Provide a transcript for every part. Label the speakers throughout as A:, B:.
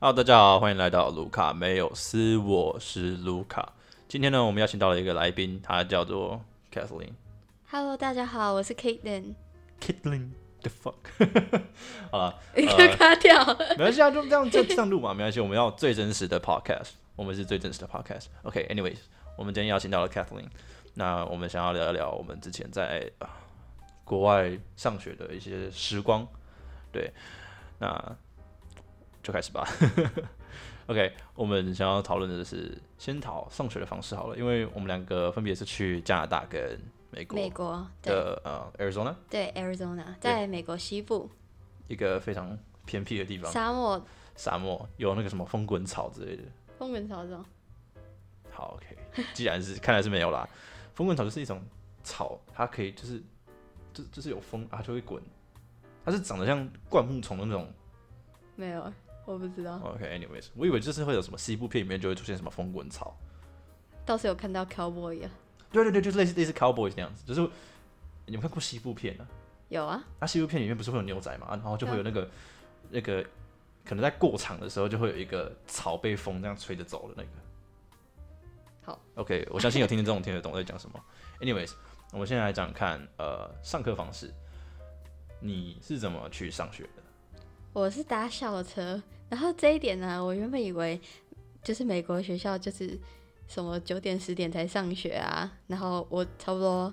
A: Hello，大家好，欢迎来到卢卡没有私，我是卢卡。今天呢，我们邀请到了一个来宾，他叫做 Kathleen。
B: Hello，大家好，我是 Kaitlyn。
A: Kathleen the fuck？好 了，
B: 一个卡掉，
A: 没关系啊，就这样就这样录嘛，没关系。我们要最真实的 podcast，我们是最真实的 podcast。OK，anyways，、我们今天邀请到了 Kathleen，那我们想要聊一聊我们之前在、啊、国外上学的一些时光。对，那就开始吧。OK，我们想要讨论的是先讨上学的方式好了，因为我们两个分别是去加拿大跟美国
B: 美国对
A: 的呃 Arizona
B: 对 Arizona，在美国西部
A: 一个非常偏僻的地方，
B: 沙漠
A: 沙漠有那个什么风滚草之类的。
B: 风滚草中，
A: 好，OK，既然是看来是没有啦。风滚草就是一种草，它可以就是就就是有风啊它就会滚，它是长得像灌木丛的那种。
B: 没有，我不知道，
A: OK，anyways，、我以为就是会有什么西部片里面就会出现什么风滚草，
B: 倒是有看到 cowboy 啊，
A: 对对对，就是类似类似 cowboys 那样子，就是你们看过西部片啊？
B: 有啊，
A: 那、西部片里面不是会有牛仔嘛？啊然后就会有那个、那个可能在过场的时候就会有一个草被风这样吹着走的那个。
B: 好
A: ，OK，我相信有听众听得懂我在讲什么。Anyways，我们现在来讲看呃上课方式，你是怎么去上学的？
B: 我是搭校车。然后这一点呢、我原本以为就是美国学校就是什么九点十点才上学啊，然后我差不多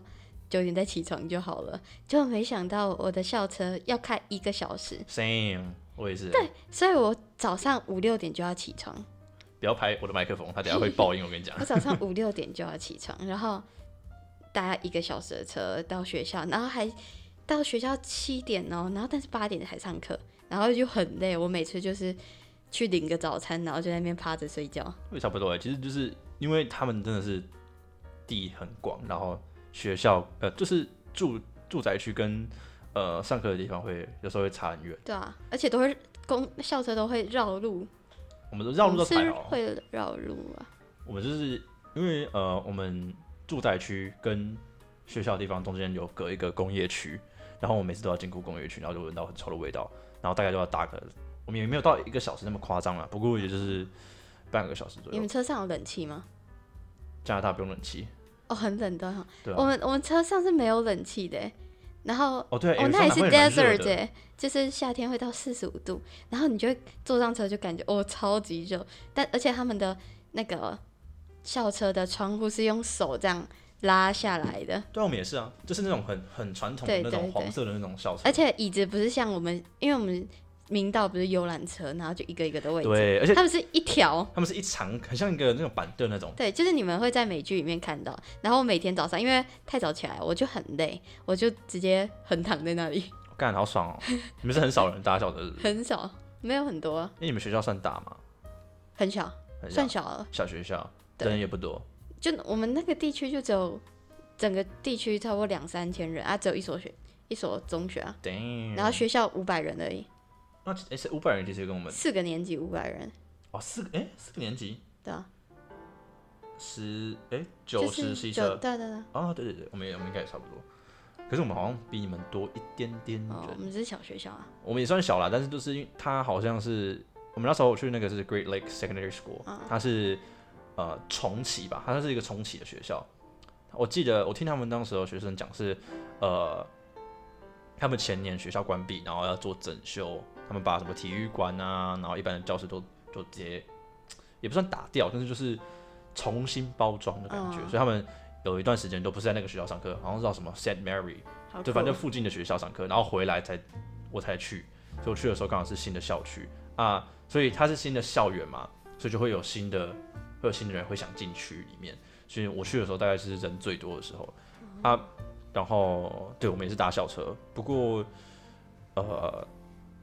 B: 九点再起床就好了，结果没想到我的校车要开一个小时，
A: Same，我也是。对，
B: 所以我早上五六点就要起床。
A: 不要拍我的麦克风，它等下会爆音。我跟你讲，
B: 我早上五六点就要起床，然后搭一个小时的车到学校，然后还到学校七点哦，然后但是八点才上课，然后就很累。我每次就是去领个早餐，然后就在那边趴着睡觉。
A: 也差不多哎。其实就是因为他们真的是地很广，然后学校呃就是住住宅区跟呃上课的地方会有时候会差很远，
B: 对啊，而且都会公校车都会绕路，
A: 我们都绕路到
B: 我们
A: 才
B: 是
A: 哦。
B: 会绕路啊。
A: 我们就是因为呃我们住宅区跟学校的地方中间有隔一个工业区，然后我每次都要经过工业区，然后就闻到很臭的味道，然后大概就要搭个我们也没有到一个小时那么夸张啦，不过也就是半个小时左
B: 你
A: 右
B: 们。车上有冷气吗？
A: 加拿大不用冷气，
B: 哦，很冷的哈、
A: 对啊
B: 我们我们车上是没有冷气的欸，然后
A: 哦 对，
B: 哦，那
A: Arizona
B: 也
A: 会
B: 是
A: 蛮热
B: desert
A: 的
B: 哎、就是夏天会到四十五度，然后你就会坐上车就感觉哦超级热，但而且他们的那个校车的窗户是用手这样拉下来的，
A: 对啊，我们也是啊，就是那种很很传统的
B: 对
A: 那种
B: 对
A: 黄
B: 对
A: 色的那种校车，
B: 而且椅子不是像我们，因为我们明道不是游览车，然后就一个一个的位置，
A: 对，而且
B: 他们是一条。
A: 他们是一长，很像一个那种板凳那种，
B: 对，就是你们会在美剧里面看到，然后我每天早上因为太早起来，我就很累，我就直接横躺在那里，
A: 干好 爽哦！你们是很少人搭校车，是不是
B: 很少，没有很多，
A: 因为你们学校算大嘛，
B: 很小，
A: 很小
B: 算小了。
A: 小学校，
B: 对
A: 人也不多，
B: 就我们那个地区就只有整个地区差不多两三千人啊，只有一所学一所中学啊，
A: Damn
B: 然后学校五百人而已，
A: 那其实五百人其实跟我们
B: 四个年级五百人，
A: 哦四个哎四个年级
B: 对啊，
A: 十哎九
B: 就
A: 十
B: 是
A: 十一
B: 九
A: 车
B: 对对对，
A: 啊，对对对，我们也我们应该也差不多，可是我们好像比你们多一点点
B: 哦，
A: 人
B: 我，们是小学校啊，
A: 我们也算小啦，但是就是因为它好像是我们那时候去那个是 Great Lake Secondary School，、它是呃重启吧，它是一个重启的学校。我记得我听他们当时的学生讲是，呃，他们前年学校关闭，然后要做整修，他们把什么体育馆啊，然后一般的教室都就直接也不算打掉，但是就是重新包装的感觉，
B: 嗯
A: 所以他们有一段时间都不是在那个学校上课，好像是叫什么 Saint Mary，
B: 好
A: 就
B: 酷哦
A: 反正附近的学校上课，然后回来才我才去，所以我去的时候刚好是新的校区啊，所以它是新的校园嘛，所以就会有新的会有新的人会想进去里面，所以我去的时候大概是人最多的时候
B: 嗯
A: 啊，然后对我们也是搭校车，不过呃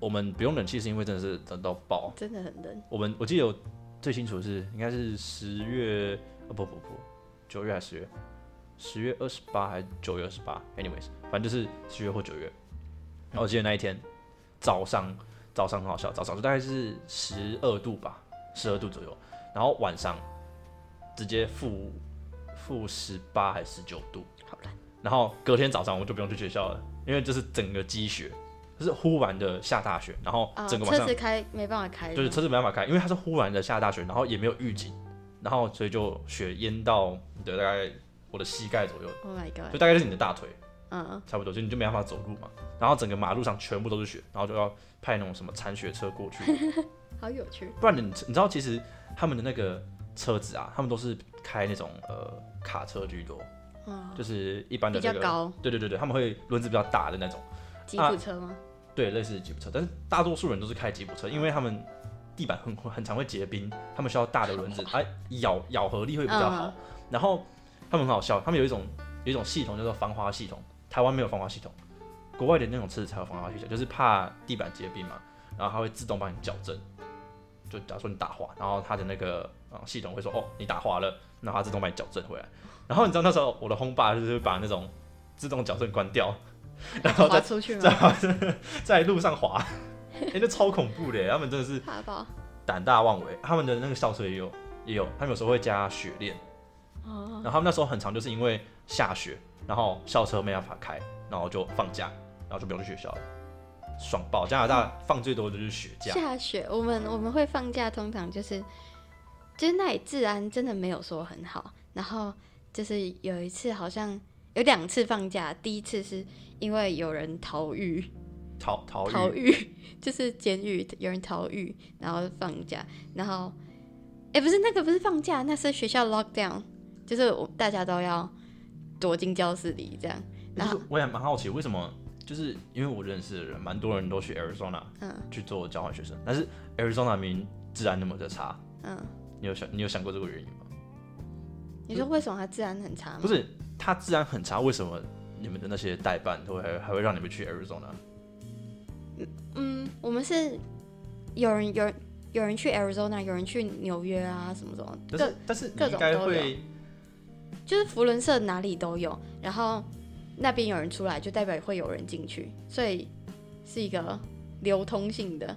A: 我们不用冷气是因为真的是冷到爆，
B: 真的很冷，
A: 我们我记得我最清楚的是应该是十月，呃、不不不，九月还是十月，十月二十八还是九月二十八？anyways，反正就是十月或九月。然后我记得那一天早上，早上很好笑，早上就大概是十二度吧，十二度左右。然后晚上直接负负十八还是十九度，
B: 好冷，
A: 然后隔天早上我就不用去学校了，因为就是整个积雪，就是忽然的下大雪，然后
B: 啊、
A: 整个晚
B: 车
A: 上
B: 子开没办法开，
A: 就是车子没办法开，因为它是忽然的下大雪，然后也没有预警，然后所以就雪淹到你的大概我的膝盖左右，
B: Oh my
A: 就
B: god，
A: 大概就是你的大腿
B: 嗯，
A: 差不多，就你就没办法走路嘛。然后整个马路上全部都是雪，然后就要派那种什么铲雪车过去，
B: 好有趣，
A: 不然你你知道其实他们的那个车子啊，他们都是开那种呃卡车居多，
B: 嗯，
A: 就是一般的
B: 比较
A: 那个，啊
B: 高，
A: 对对对对，他们会轮子比较大的那种，
B: 吉
A: 啊
B: 普车吗？
A: 对，类似吉普车，但是大多数人都是开吉普车，因为他们地板很很常会结冰，他们需要大的轮子，哎、咬咬合力会比较好。
B: 嗯
A: 然后他们很好笑，他们有一种有一种系统叫做防滑系统，台湾没有防滑系统，国外的那种车子才有防滑系统，就是怕地板结冰嘛，然后它会自动帮你矫正。就假如说你打滑，然后它的那个啊、呃系统会说哦你打滑了，然后它自动帮你矫正回来。然后你知道那时候我的轰爸就是把那种自动矫正关掉，然后再
B: 滑出 去
A: 在
B: 吗？
A: 滑在路上滑， 哎、那超恐怖的耶，他们真的是
B: 怕爆，
A: 胆大妄为。他们的那个校车也有也有，他们有时候会加雪链，
B: 哦，
A: 然后他们那时候很常就是因为下雪，然后校车没办法开，然后就放假，然后就不用去学校了，爽爆！加拿大放最多的就是雪假，
B: 下雪，我们我们会放假，通常就是就是那里治安真的没有说很好，然后就是有一次好像有两次放假，第一次是因为有人逃狱，
A: 逃逃
B: 逃
A: 狱，
B: 狱， 就是监狱有人逃狱，然后放假，然后，哎、不是那个不是放假，那是学校 lockdown，就是我大家都要躲进教室里这样，
A: 但
B: 然
A: 是
B: 后
A: 我也蛮好奇为什么。就是因为我认识的人，蛮多人都去 Arizona
B: 嗯
A: 去做交换学生，但是 Arizona 明明治安那么的差，
B: 嗯，
A: 你有想你有想过这个原因吗？
B: 你
A: 嗯
B: 说为什么它治安很差吗？
A: 不是，它治安很差，为什么你们的那些代办都会还会让你们去 Arizona？
B: 嗯，我们是有人有人有人去 Arizona，有人去纽约啊，什么什么，
A: 但
B: 各
A: 是但是你
B: 各
A: 应
B: 种
A: 该
B: 都
A: 会，
B: 就是福伦社哪里都有，然后那边有人出来，就代表会有人进去，所以是一个流通性的。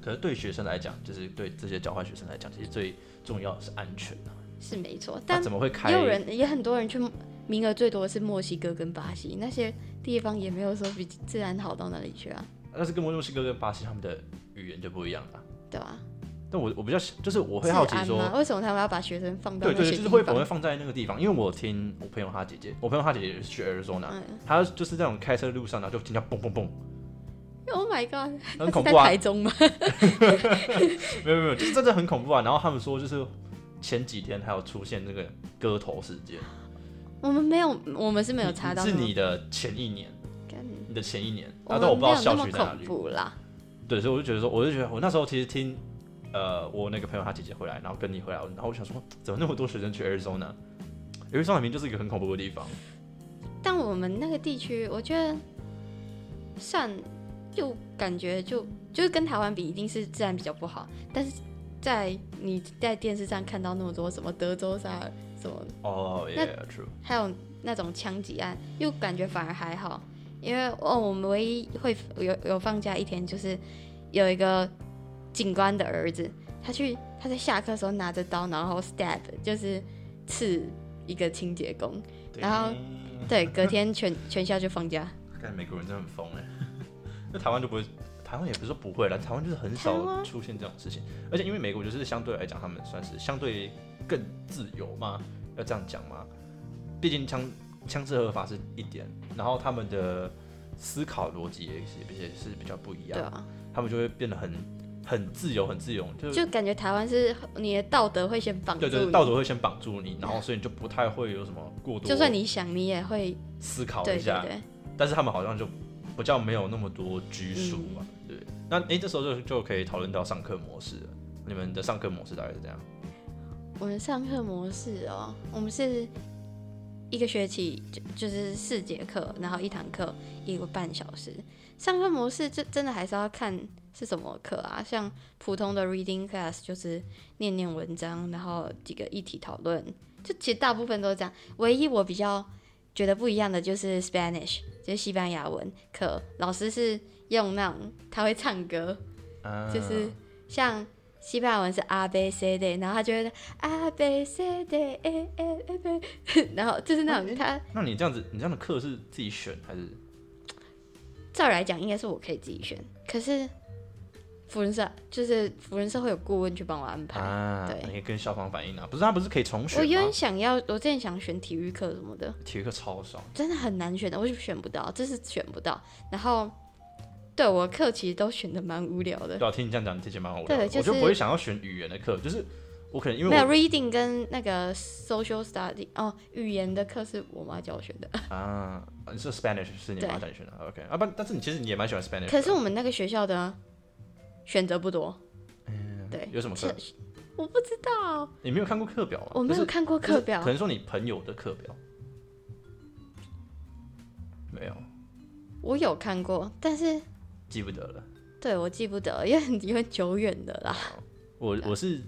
A: 可是对学生来讲，就是对这些交换学生来讲，其实最重要的是安全啊。
B: 是没错，
A: 那
B: 但
A: 怎么会开
B: 也？有人，也很多人去，名额最多的是墨西哥跟巴西，那些地方也没有说比自然好到哪里去啊，
A: 但是跟墨西哥跟巴西他们的语言就不一样了。
B: 对吧？
A: 但我我比较就是我会好奇
B: 治
A: 说
B: 安，吗？为什么他们要把学生放到
A: 对
B: 那
A: 对
B: 些
A: 对，就是
B: 地方？
A: 会不会放在那个地方？因为我听我朋友他姐姐，我朋友他姐姐也是去 Arizona，、
B: 嗯
A: 她就是那种开车路上然后就听到嘣嘣 嘣，
B: ，Oh my god，
A: 很
B: 是
A: 恐
B: 在
A: 怖啊！
B: 台中吗？
A: 没有没有没有，就是真的很恐怖啊。然后他们说，就是前几天还有出现这个割头事件，
B: 我们没有，我们是没有查到
A: 是
B: 那么，
A: 你的前一年，
B: 干
A: 你的前一年，
B: 我
A: 啊，
B: 们
A: 但我不知道
B: 没有那
A: 校
B: 么
A: 区在哪
B: 恐
A: 里。
B: 怖啦。
A: 对，所以我就觉得说，我就觉得我那时候其实听，呃，我那个朋友他姐姐回来，然后跟你回来，然后我想说，怎么那么多学生去 Arizona？Arizona 明明就是一个很恐怖的地方，
B: 但我们那个地区，我觉得算就感觉就就是跟台湾比，一定是自然比较不好。但是在你在电视上看到那么多什么德州杀人什么，
A: 哦、
B: 那
A: y e a h true，
B: 还有那种枪击案，又感觉反而还好，因为哦，我们唯一会有有放假一天，就是有一个警官的儿子，他去他在下课的时候拿着刀，然后 stab 就是刺一个清洁工，然后对，隔天全全校就放假。
A: 看美国人真的很疯哎， 那台湾就不会，台湾也不是说不会啦，台湾就是很
B: 台
A: 少
B: 湾
A: 出现这种事情，而且因为美国就是相对来讲，他们算是相对更自由嘛，要这样讲嘛，毕竟枪枪支合法是一点，然后他们的思考逻辑也是也是比较不一
B: 对
A: 样，
B: 啊，
A: 他们就会变得很很自由，很自由，就
B: 就感觉台湾是你的道德会先绑住
A: 对
B: 你，
A: 对，道德会先绑住你，然后所以你就不太会有什么过多，
B: 就算你想，你也会
A: 思考
B: 对
A: 一
B: 对
A: 下，
B: 对，
A: 但是他们好像就比较没有那么多拘束吧，
B: 嗯
A: 对。那诶，这时候就就可以讨论到上课模式了。你们的上课模式大概是这样？
B: 我们上课模式哦，我们是一个学期就就是四节课，然后一堂课一个半小时。上课模式这真的还是要看是什么课啊，像普通的 reading class 就是念念文章，然后几个议题讨论，就其实大部分都是这样。唯一我比较觉得不一样的就是 Spanish，就是西班牙文课，老师是用那种他会唱歌，
A: 啊
B: 就是像西班牙文是 A B C D，然后他就会 A B C D A A A
A: 哦
B: B，然后就是那种他
A: 那你这样子，你这样的课是自己选还是？
B: 照理来讲应该是我可以自己选，可是福仁社就是福仁社会有顾问去帮我安排。
A: 啊，
B: 对
A: 你可以跟校方反映啊，不是他不是可以重选
B: 我有
A: 吗
B: 点？想要，我之前想选体育课什么的，
A: 体育课超爽，
B: 真的很难选的，我就选不到，这是选不到。然后对我的课其实都选的蛮无聊的
A: 对，啊，听你这样讲，听起来蛮好的，
B: 对就
A: 我就是不会想要选语言的课，就是我可能因为
B: 没有
A: 我
B: reading 跟那个 social study 哦，语言的课是我妈叫我选的。
A: 啊，你说 Spanish 是你妈
B: 对
A: 叫你选的，OK，啊不，但是你其实你也蛮喜欢 Spanish，
B: 可是
A: 的
B: 我们那个学校的选择不多，对，
A: 嗯有什么课？
B: 是？我不知道，
A: 你没有看过课表吗？啊
B: 我没有
A: 就是
B: 看过
A: 就是
B: 课表
A: 可。能说你朋友的课表没有，
B: 我有看过，但是
A: 记不得了。
B: 对我记不得，因为 因为久远的啦。
A: 我我是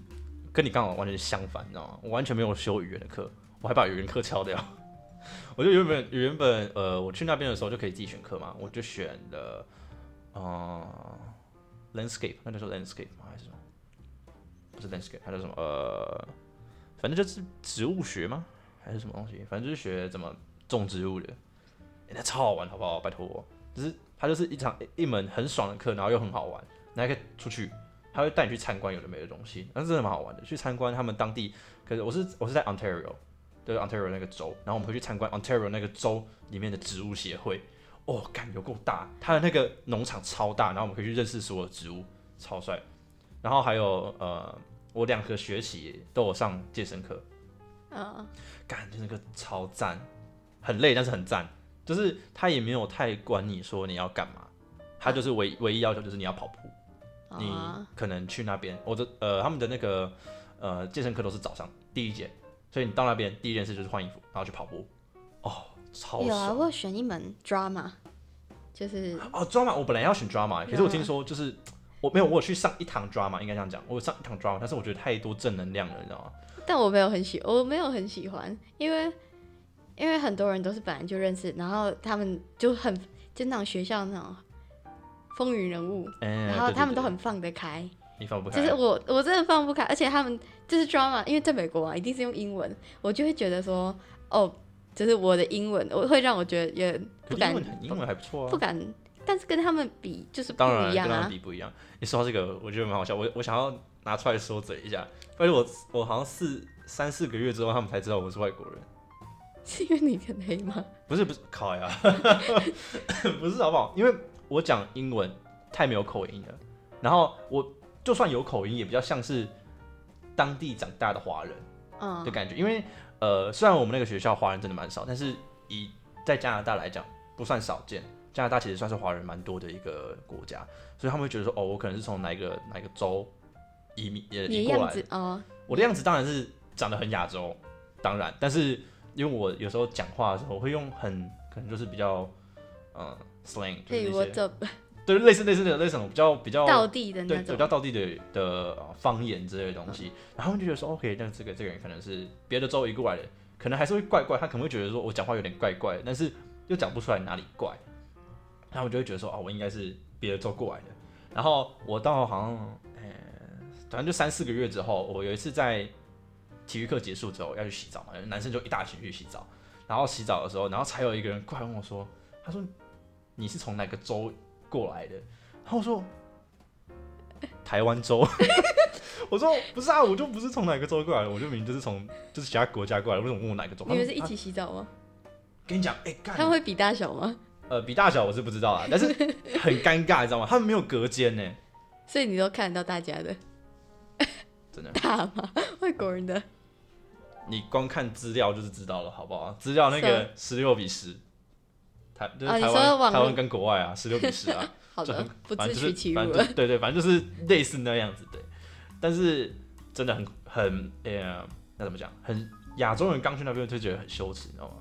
A: 跟你刚好完全相反，你知道吗？我完全没有修语言的课，我还把语言课敲掉。 我就原本原本呃，我去那边的时候就可以自己选课嘛，我就选了呃 landscape，那叫做 landscape 吗？还是什么？不是 landscape，它叫什么？呃，反正就是植物学吗？还是什么东西？反正就是学怎么种植物的。欸、那超好玩，好不好？拜托我，就是它就是一场一一门很爽的课，然后又很好玩，你还可以出去，他会带你去参观有的没的东西，那是真的蛮好玩的。去参观他们当地，可是我是我是在 Ontario，就是 Ontario 那个州，然后我们会去参观 Ontario 那个州里面的植物协会。哦，感有够大，它的那个农场超大，然后我们可以去认识所有植物，超帅。然后还有呃，我两个学期都有上健身课，
B: 嗯，
A: 干，就那个超赞，很累但是很赞，就是他也没有太管你说你要干嘛，他就是唯唯一要求就是你要跑步，你
B: 啊，
A: 可能去那边，我的呃他们的那个呃健身课都是早上第一节，所以你到那边第一件事就是换衣服，然后去跑步，哦，超
B: 有啊，
A: 爽。
B: 我有选一门 drama，就是
A: 哦，drama 我本来要选 drama，可是我
B: drama
A: 听说就是我没有，我有去上一堂 drama，应该这样讲，我有上一堂 drama，但是我觉得太多正能量了，你知道吗？
B: 但我没有很喜，我没有很喜欢，因为因为很多人都是本来就认识，然后他们就很就那种学校那种风云人物，
A: 哎，
B: 然后
A: 对
B: 他们
A: 对
B: 都
A: 对
B: 很放得开，
A: 你放不开，
B: 就是我我真的放不开，而且他们就是 drama，因为在美国啊，一定是用英文，我就会觉得说哦，就是我的英文，我会让我觉得有点
A: 可是
B: 不
A: 英
B: 敢
A: 文很英文还不错啊，
B: 不敢，但是跟他们比就是不
A: 当然
B: 一样
A: 跟他
B: 啊
A: 们。比不一样。你说到这个，我觉得蛮好笑，我我想要拿出来说嘴一下，而且我我好像四三四个月之后，他们才知道我是外国人，
B: 是因为你很黑吗？
A: 不是不是靠呀， 不是好不好？因为我讲英文太没有口音了，然后我就算有口音，也比较像是当地长大的华人的
B: 嗯，
A: 感觉，因为呃，虽然我们那个学校华人真的蛮少，但是以在加拿大来讲不算少见。加拿大其实算是华人蛮多的一个国家，所以他们会觉得说，哦，我可能是从哪一个哪一个州移民呃
B: 你
A: 移
B: 的
A: 过
B: 样
A: 来的
B: 子。哦，
A: 我的样子当然是长得很亚洲，当然，但是因为我有时候讲话的时候，我会用很可能就是比较嗯、呃 slang，就
B: 所
A: 是
B: 以我
A: 那些
B: 走
A: 对类似类似的类似那种比较比较
B: 到地的
A: 对，
B: 那
A: 比
B: 种
A: 较。道地的的呃方言之类的东西，然后他们就觉得说，OK，那这个这个人可能是别的州移过来的，可能还是会怪怪，他可能会觉得说我讲话有点怪怪的，但是又讲不出来哪里怪，然后我就会觉得说，哦，我应该是别的州过来的。然后我到好像，呃、反正就三四个月之后，我有一次在体育课结束之后要去洗澡嘛，男生就一大群去洗澡，然后洗澡的时候，然后才有一个人过来问我说，他说你是从哪个州过来的？然后我说台湾州。 我说不是啊，我就不是从哪个州过来的，我就明明就是从就是其他国家过来的，为什么问我哪个州？
B: 你们
A: 他
B: 是一
A: 说啊
B: 起洗澡吗？
A: 跟你讲，哎、干
B: 他们会比大小吗？
A: 呃比大小我是不知道啊啦，但是很尴尬，你知道吗？他们没有隔间呢，
B: 所以你都看得到大家的
A: 真的。
B: 大吗？外国人的
A: 你光看资料就是知道了，好不好？资料那个十六比十，台就是
B: 啊哦
A: 台
B: 你说
A: 湾、
B: 网
A: 台
B: 络
A: 湾跟国 外啊，十六比十啊，
B: 好
A: 就
B: 的
A: 很，
B: 不
A: 反正
B: 自取
A: 就是
B: 其辱啊
A: 反正
B: 了
A: 就。是对对，反正就是类似那样子对。但是真的很很呃，那怎么讲？很亚洲人刚去那边就觉得很羞耻，你知道吗？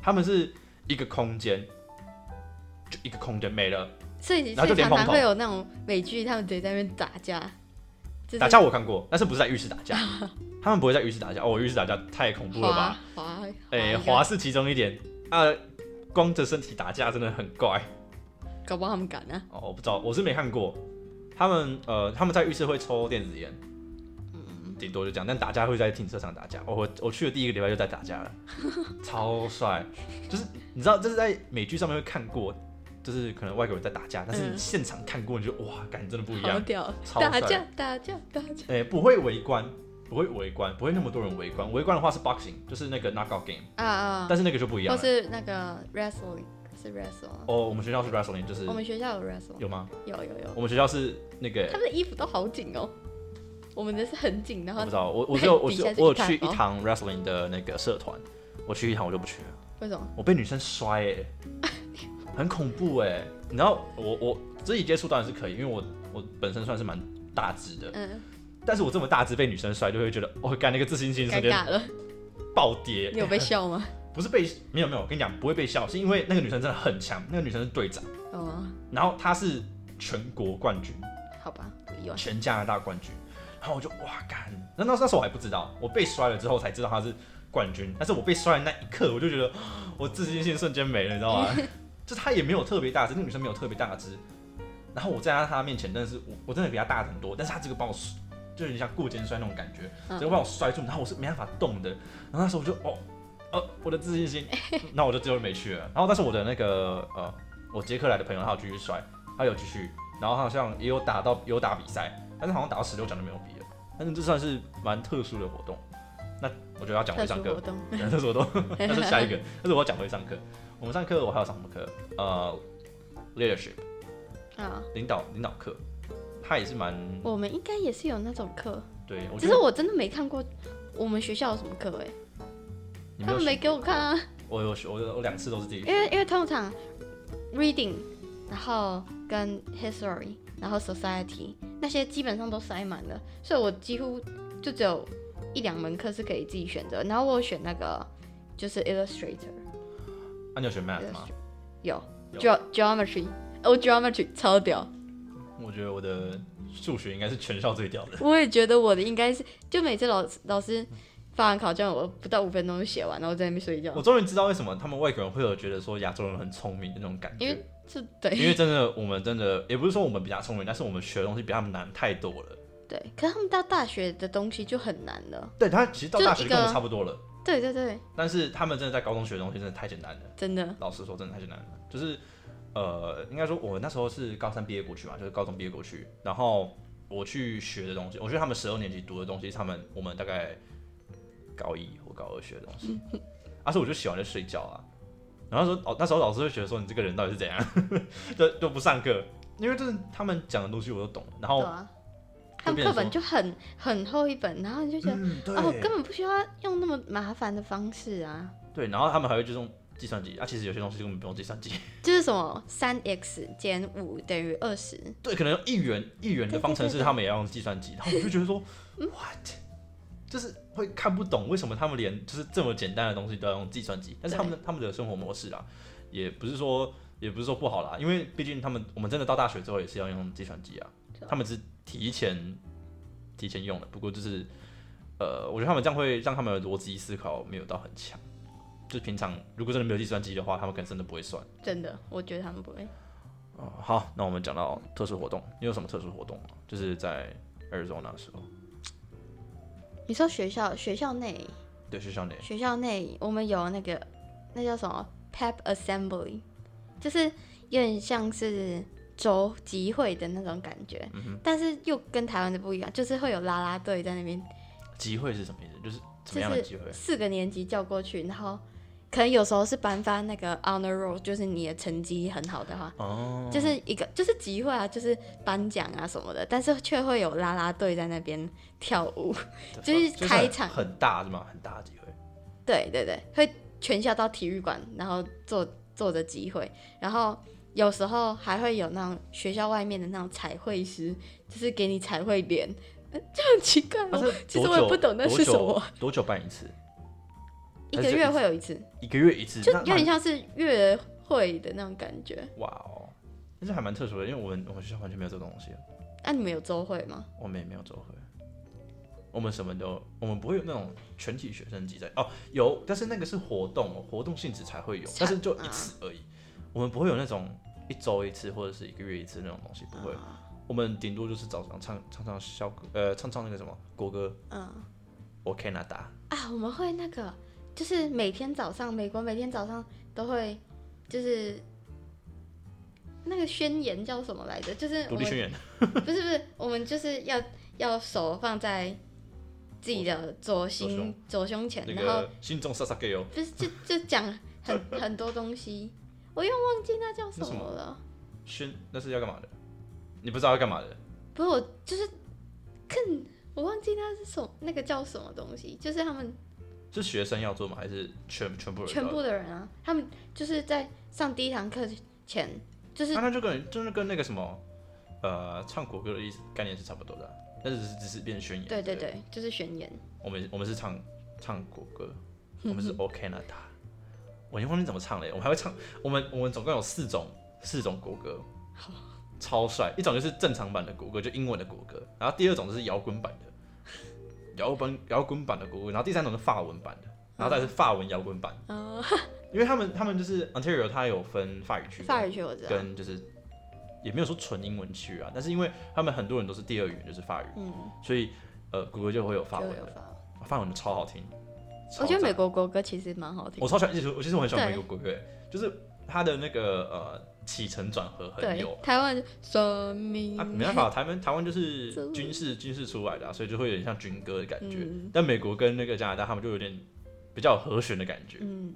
A: 他们是一个空间，就一个空间没了。
B: 所
A: 然
B: 以所
A: 后就
B: 以
A: 连
B: 常
A: 环
B: 常
A: 炮
B: 会有那种美剧，他们直接在那边打架，就是
A: 打架我看过，但是不是在浴室打架，他们不会在浴室打架。哦，浴室打架太恐怖了吧？
B: 滑滑
A: 哎、
B: 一个
A: 滑，是其中一点啊，光着身体打架真的很怪
B: 搞不好他们敢啊呢。
A: 哦。我不知道，我是没看过。他们呃，他们在浴室会抽电子烟，
B: 嗯
A: 顶多就这样。但打架会在停车场打架。哦、我我去的第一个礼拜就在 打架了，超帅。就是你知道，这是在美剧上面会看过，就是可能外国人在打架，但是你
B: 嗯
A: 现场看过，你就哇，感真的不一
B: 好
A: 样。
B: 屌，
A: 超
B: 打
A: 帅
B: 架打架打架，
A: 哎、不会围观，不会围观，不会那么多人围观。围观的话是 boxing，就是那个 knockout game，、
B: 啊啊，
A: 但是那个就不一样
B: 或
A: 了。
B: 是那个 wrestling 是 wrestling，吗、
A: 哦，我们学校是 wrestling，就是
B: 我们学校有 wrestling，
A: 有吗？
B: 有有有，
A: 我们学校是那个
B: 他们的衣服都好紧哦，我们的是很紧，然
A: 我不
B: 后
A: 知道，我我只有我
B: 底
A: 只
B: 下
A: 有
B: 是
A: 我有
B: 一摊
A: 去一
B: 哦
A: 堂 wrestling 的那个社团，我去一堂我就不去了，
B: 为什么？
A: 我被女生摔哎、 很恐怖哎、你知道我我肢体接触当然是可以，因为我我本身算是蛮大只的，
B: 嗯，
A: 但是我这么大只被女生摔，就会觉得哦，干那个自信心
B: 尴
A: 瞬间
B: 尬了。
A: 暴跌
B: 你。有被笑吗？
A: 不是被没有没有，我跟你讲不会被笑，是因为那个女生真的很强，那个女生是队长，
B: 哦，
A: 然后她是全国冠军，
B: 好吧，不意外。
A: 全加拿大冠军。然后我就哇干，那那那时候我还不知道，我被摔了之后才知道他是冠军。但是我被摔的那一刻，我就觉得我自信心瞬间没了，你知道吗？就他也没有特别大只，那个女生没有特别大只。然后我站在她面前，但是我我真的比她大很多，但是她这个把我摔就有点像过肩摔那种感觉，
B: 嗯
A: 整个把我摔住，然后我是没办法动的。然后那时候我就哦，呃，我的自信 心，那我就最后没去了。然后但是我的那个呃，我捷克来的朋友，他有继续摔，他有继续，然后他好像也有打到有打比赛，但是好像打到十六强就没有比了。但是这算是蛮特殊的活动。那我觉得要讲回
B: 特殊
A: 上课
B: 活，动，
A: 对 这是我都，那是下一个，但是我要讲回上课。我们上课我还要上什么课？呃，leadership
B: 啊，
A: 领导领导课，它也是蛮
B: 我们应该也是有那种课，
A: 对。我觉
B: 只是
A: 得
B: 我真的没看过我们学校有什么课哎、
A: 你
B: 他
A: 们
B: 们没给我看啊，
A: 我有我有我两次都是第一
B: 因为因为通常 reading，然后跟 history，然后 society 那些基本上都塞满了，所以我几乎就只有一两门课是可以自己选择，然后我有选那个就是 illustrator，
A: 那你有选 math 吗？
B: 有
A: 有
B: ge geometry，哦 geometry 超屌，
A: 我觉得我的数学应该是全校最屌的。
B: 我也觉得我的应该是，就每次老师老师发完考卷，我不到五分钟就写完，然后在那边睡觉
A: 我，终于知道为什么他们外国人会有觉得说亚洲人很聪明的那种感
B: 因
A: 觉
B: 为，就对
A: 因为真的我们真的也不是说我们比较聪明，但是我们学的东西比他们难太多了。
B: 对，可是他们到大学的东西就很难了，
A: 对他其实到
B: 就
A: 大
B: 一
A: 学
B: 个
A: 跟我们差不多了，
B: 对对对，
A: 但是他们真的在高中学的东西真的太简单了。
B: 真的，
A: 老实说，真的太简单了。就是呃，应该说我那时候是高三毕业过去嘛，就是高中毕业过去，然后我去学的东西，我觉得他们十二年级读的东西，是他们我们大概高一或高二学的东 西，而且、所以我就喜欢在睡觉啊。然后说哦，那时候老师会觉得说你这个人到底是怎样， 就就不上课，因为就是他们讲的东西我都懂了，然
B: 对
A: 后
B: 啊，他
A: 就
B: 们
A: 变成说
B: 课本就很很厚一本，然后你就觉得、
A: 嗯对、
B: 哦，根本不需要用那么麻烦的方式啊，
A: 对，然后他们还会就用计算机啊，其实有些东西根本不用计算机，
B: 就是什么三 x 减五等于二十，
A: 对，可能用一元一元的方程
B: 对对嗯
A: 式，
B: 对
A: 他们也要用计算机，然后我就觉得 说，what，就是会看不懂为什么他们连就是这么简单的东西都要用计算机，但是他们的他们的生活模式啦，也不是说也不是说不好啦，因为毕竟他们我们真的到大学之后也是要用计算机啊
B: 对，
A: 他们只是提前提前用了，不过就是呃，我觉得他们这样会让他们的逻辑思考没有到很强，就是平常如果真的没有计算机的话，他们可能真的不会算。
B: 真的，我觉得他们不会。
A: 哦，好，那我们讲到特殊活动，你有什么特殊活动吗？就是在 Arizona 的时候，
B: 你说学校学校内
A: 对，学校内，
B: 学校内我们有那个那叫什么 pep assembly，就是有点像是州集会的那种感觉，
A: 嗯
B: 但是又跟台湾的不一样，就是会有啦啦队在那边，
A: 集会是什么意思？就是怎么
B: 就
A: 样的
B: 是
A: 集会？
B: 四个年级叫过去，然后可能有时候是颁发那个 honor roll，就是你的成绩很好的话。
A: 哦，
B: 就是一个就是集会啊，就是颁奖啊什么的，但是却会有啦啦队在那边跳舞。 就是
A: 就是
B: 开
A: 很
B: 场
A: 很大是吗？很大的集会，
B: 对对对，会全校到体育馆，然后坐坐着集会，然后有时候还会有那种学校外面的那种彩绘师，就是给你彩绘脸，呃就很奇怪
A: 但
B: 哦。
A: 是
B: 其
A: 多
B: 实我也
A: 久
B: 不懂那
A: 多
B: 是
A: 久
B: 什么
A: 多久办一次？
B: 一个月会有一次，
A: 一个月一次，
B: 就
A: 那
B: 有点
A: 蛮
B: 像是月会的那种感觉。
A: 哇哦，但是还蛮特殊的，因为我们我们学校完全没有这种东西，
B: 那、啊你们有周会吗？
A: 我们也没有周会。我们什么都，我们不会有那种全体学生集在哦，有，但是那个是活动，哦活动性质才会有，
B: 才
A: 但是就一次而已。
B: 嗯
A: 我们不会有那种一周一次或者是一个月一次那种东西，不会。
B: 啊
A: 我们顶多就是早上唱唱唱校歌，呃，唱唱那个什么国歌，
B: 嗯
A: 我 Canada，
B: 啊，我们会那个，就是每天早上，美国每天早上都会，就是那个宣言叫什么来着？就是嗯
A: 独
B: 我
A: 立
B: 们
A: 宣言，
B: 不是不是，我们就是要要手放在自己的左
A: 左
B: 心
A: 胸
B: 左胸前，
A: 那
B: 然后
A: 个心中萨萨给哦，
B: 不是就就讲很 很多东西，我又忘记那叫什
A: 那什
B: 么
A: 么
B: 了。
A: 宣那是要干嘛的？你不知道要干嘛的？
B: 不是我就是更我忘记那是什么那个叫什么东西，就是他们
A: 是学生要做吗？还是全全部人都要
B: 全
A: 做？
B: 部的人啊，他们就是在上第一堂课前，就是
A: 啊、那就跟就是跟那个什么，呃，唱国歌的意思概念是差不多的啊，但是只是只是变宣言。
B: 对对，对，就是宣言。
A: 我们我们是唱唱国歌，
B: 嗯
A: 我们是 O Canada，我已经忘记怎么唱了耶，我们还会唱，我们我们总共有四种四种国歌，超帅，一种就是正常版的国歌，就英文的国歌，然后第二种就是摇滚版的，摇滚摇滚版的国歌，然后第三种是法文版的，然后再是法文摇滚版，
B: 哦，
A: 因为他们他们就是 Ontario，它有分法语区跟
B: 法语区我知道，
A: 跟就是也没有说纯英文区啊，但是因为他们很多人都是第二语言就是法语，
B: 嗯，
A: 所以呃，谷歌就会有法
B: 就
A: 文
B: 有
A: 的，
B: 法文。
A: 法文的超好听。超
B: 我觉得
A: 赞
B: 美国国歌其实蛮好听
A: 我
B: 的，
A: 超喜欢，其实我其实我很喜欢美
B: 对
A: 国国歌，欸就是它的那个呃起承转合很
B: 对
A: 有，
B: 台湾生命
A: 啊，没办法，台湾台湾就是
B: 走
A: 军事军事出来的、啊，所以就会有点像军歌的感觉。
B: 嗯
A: 但美国跟那个加拿大他们就有点比较有和弦的感觉，
B: 嗯，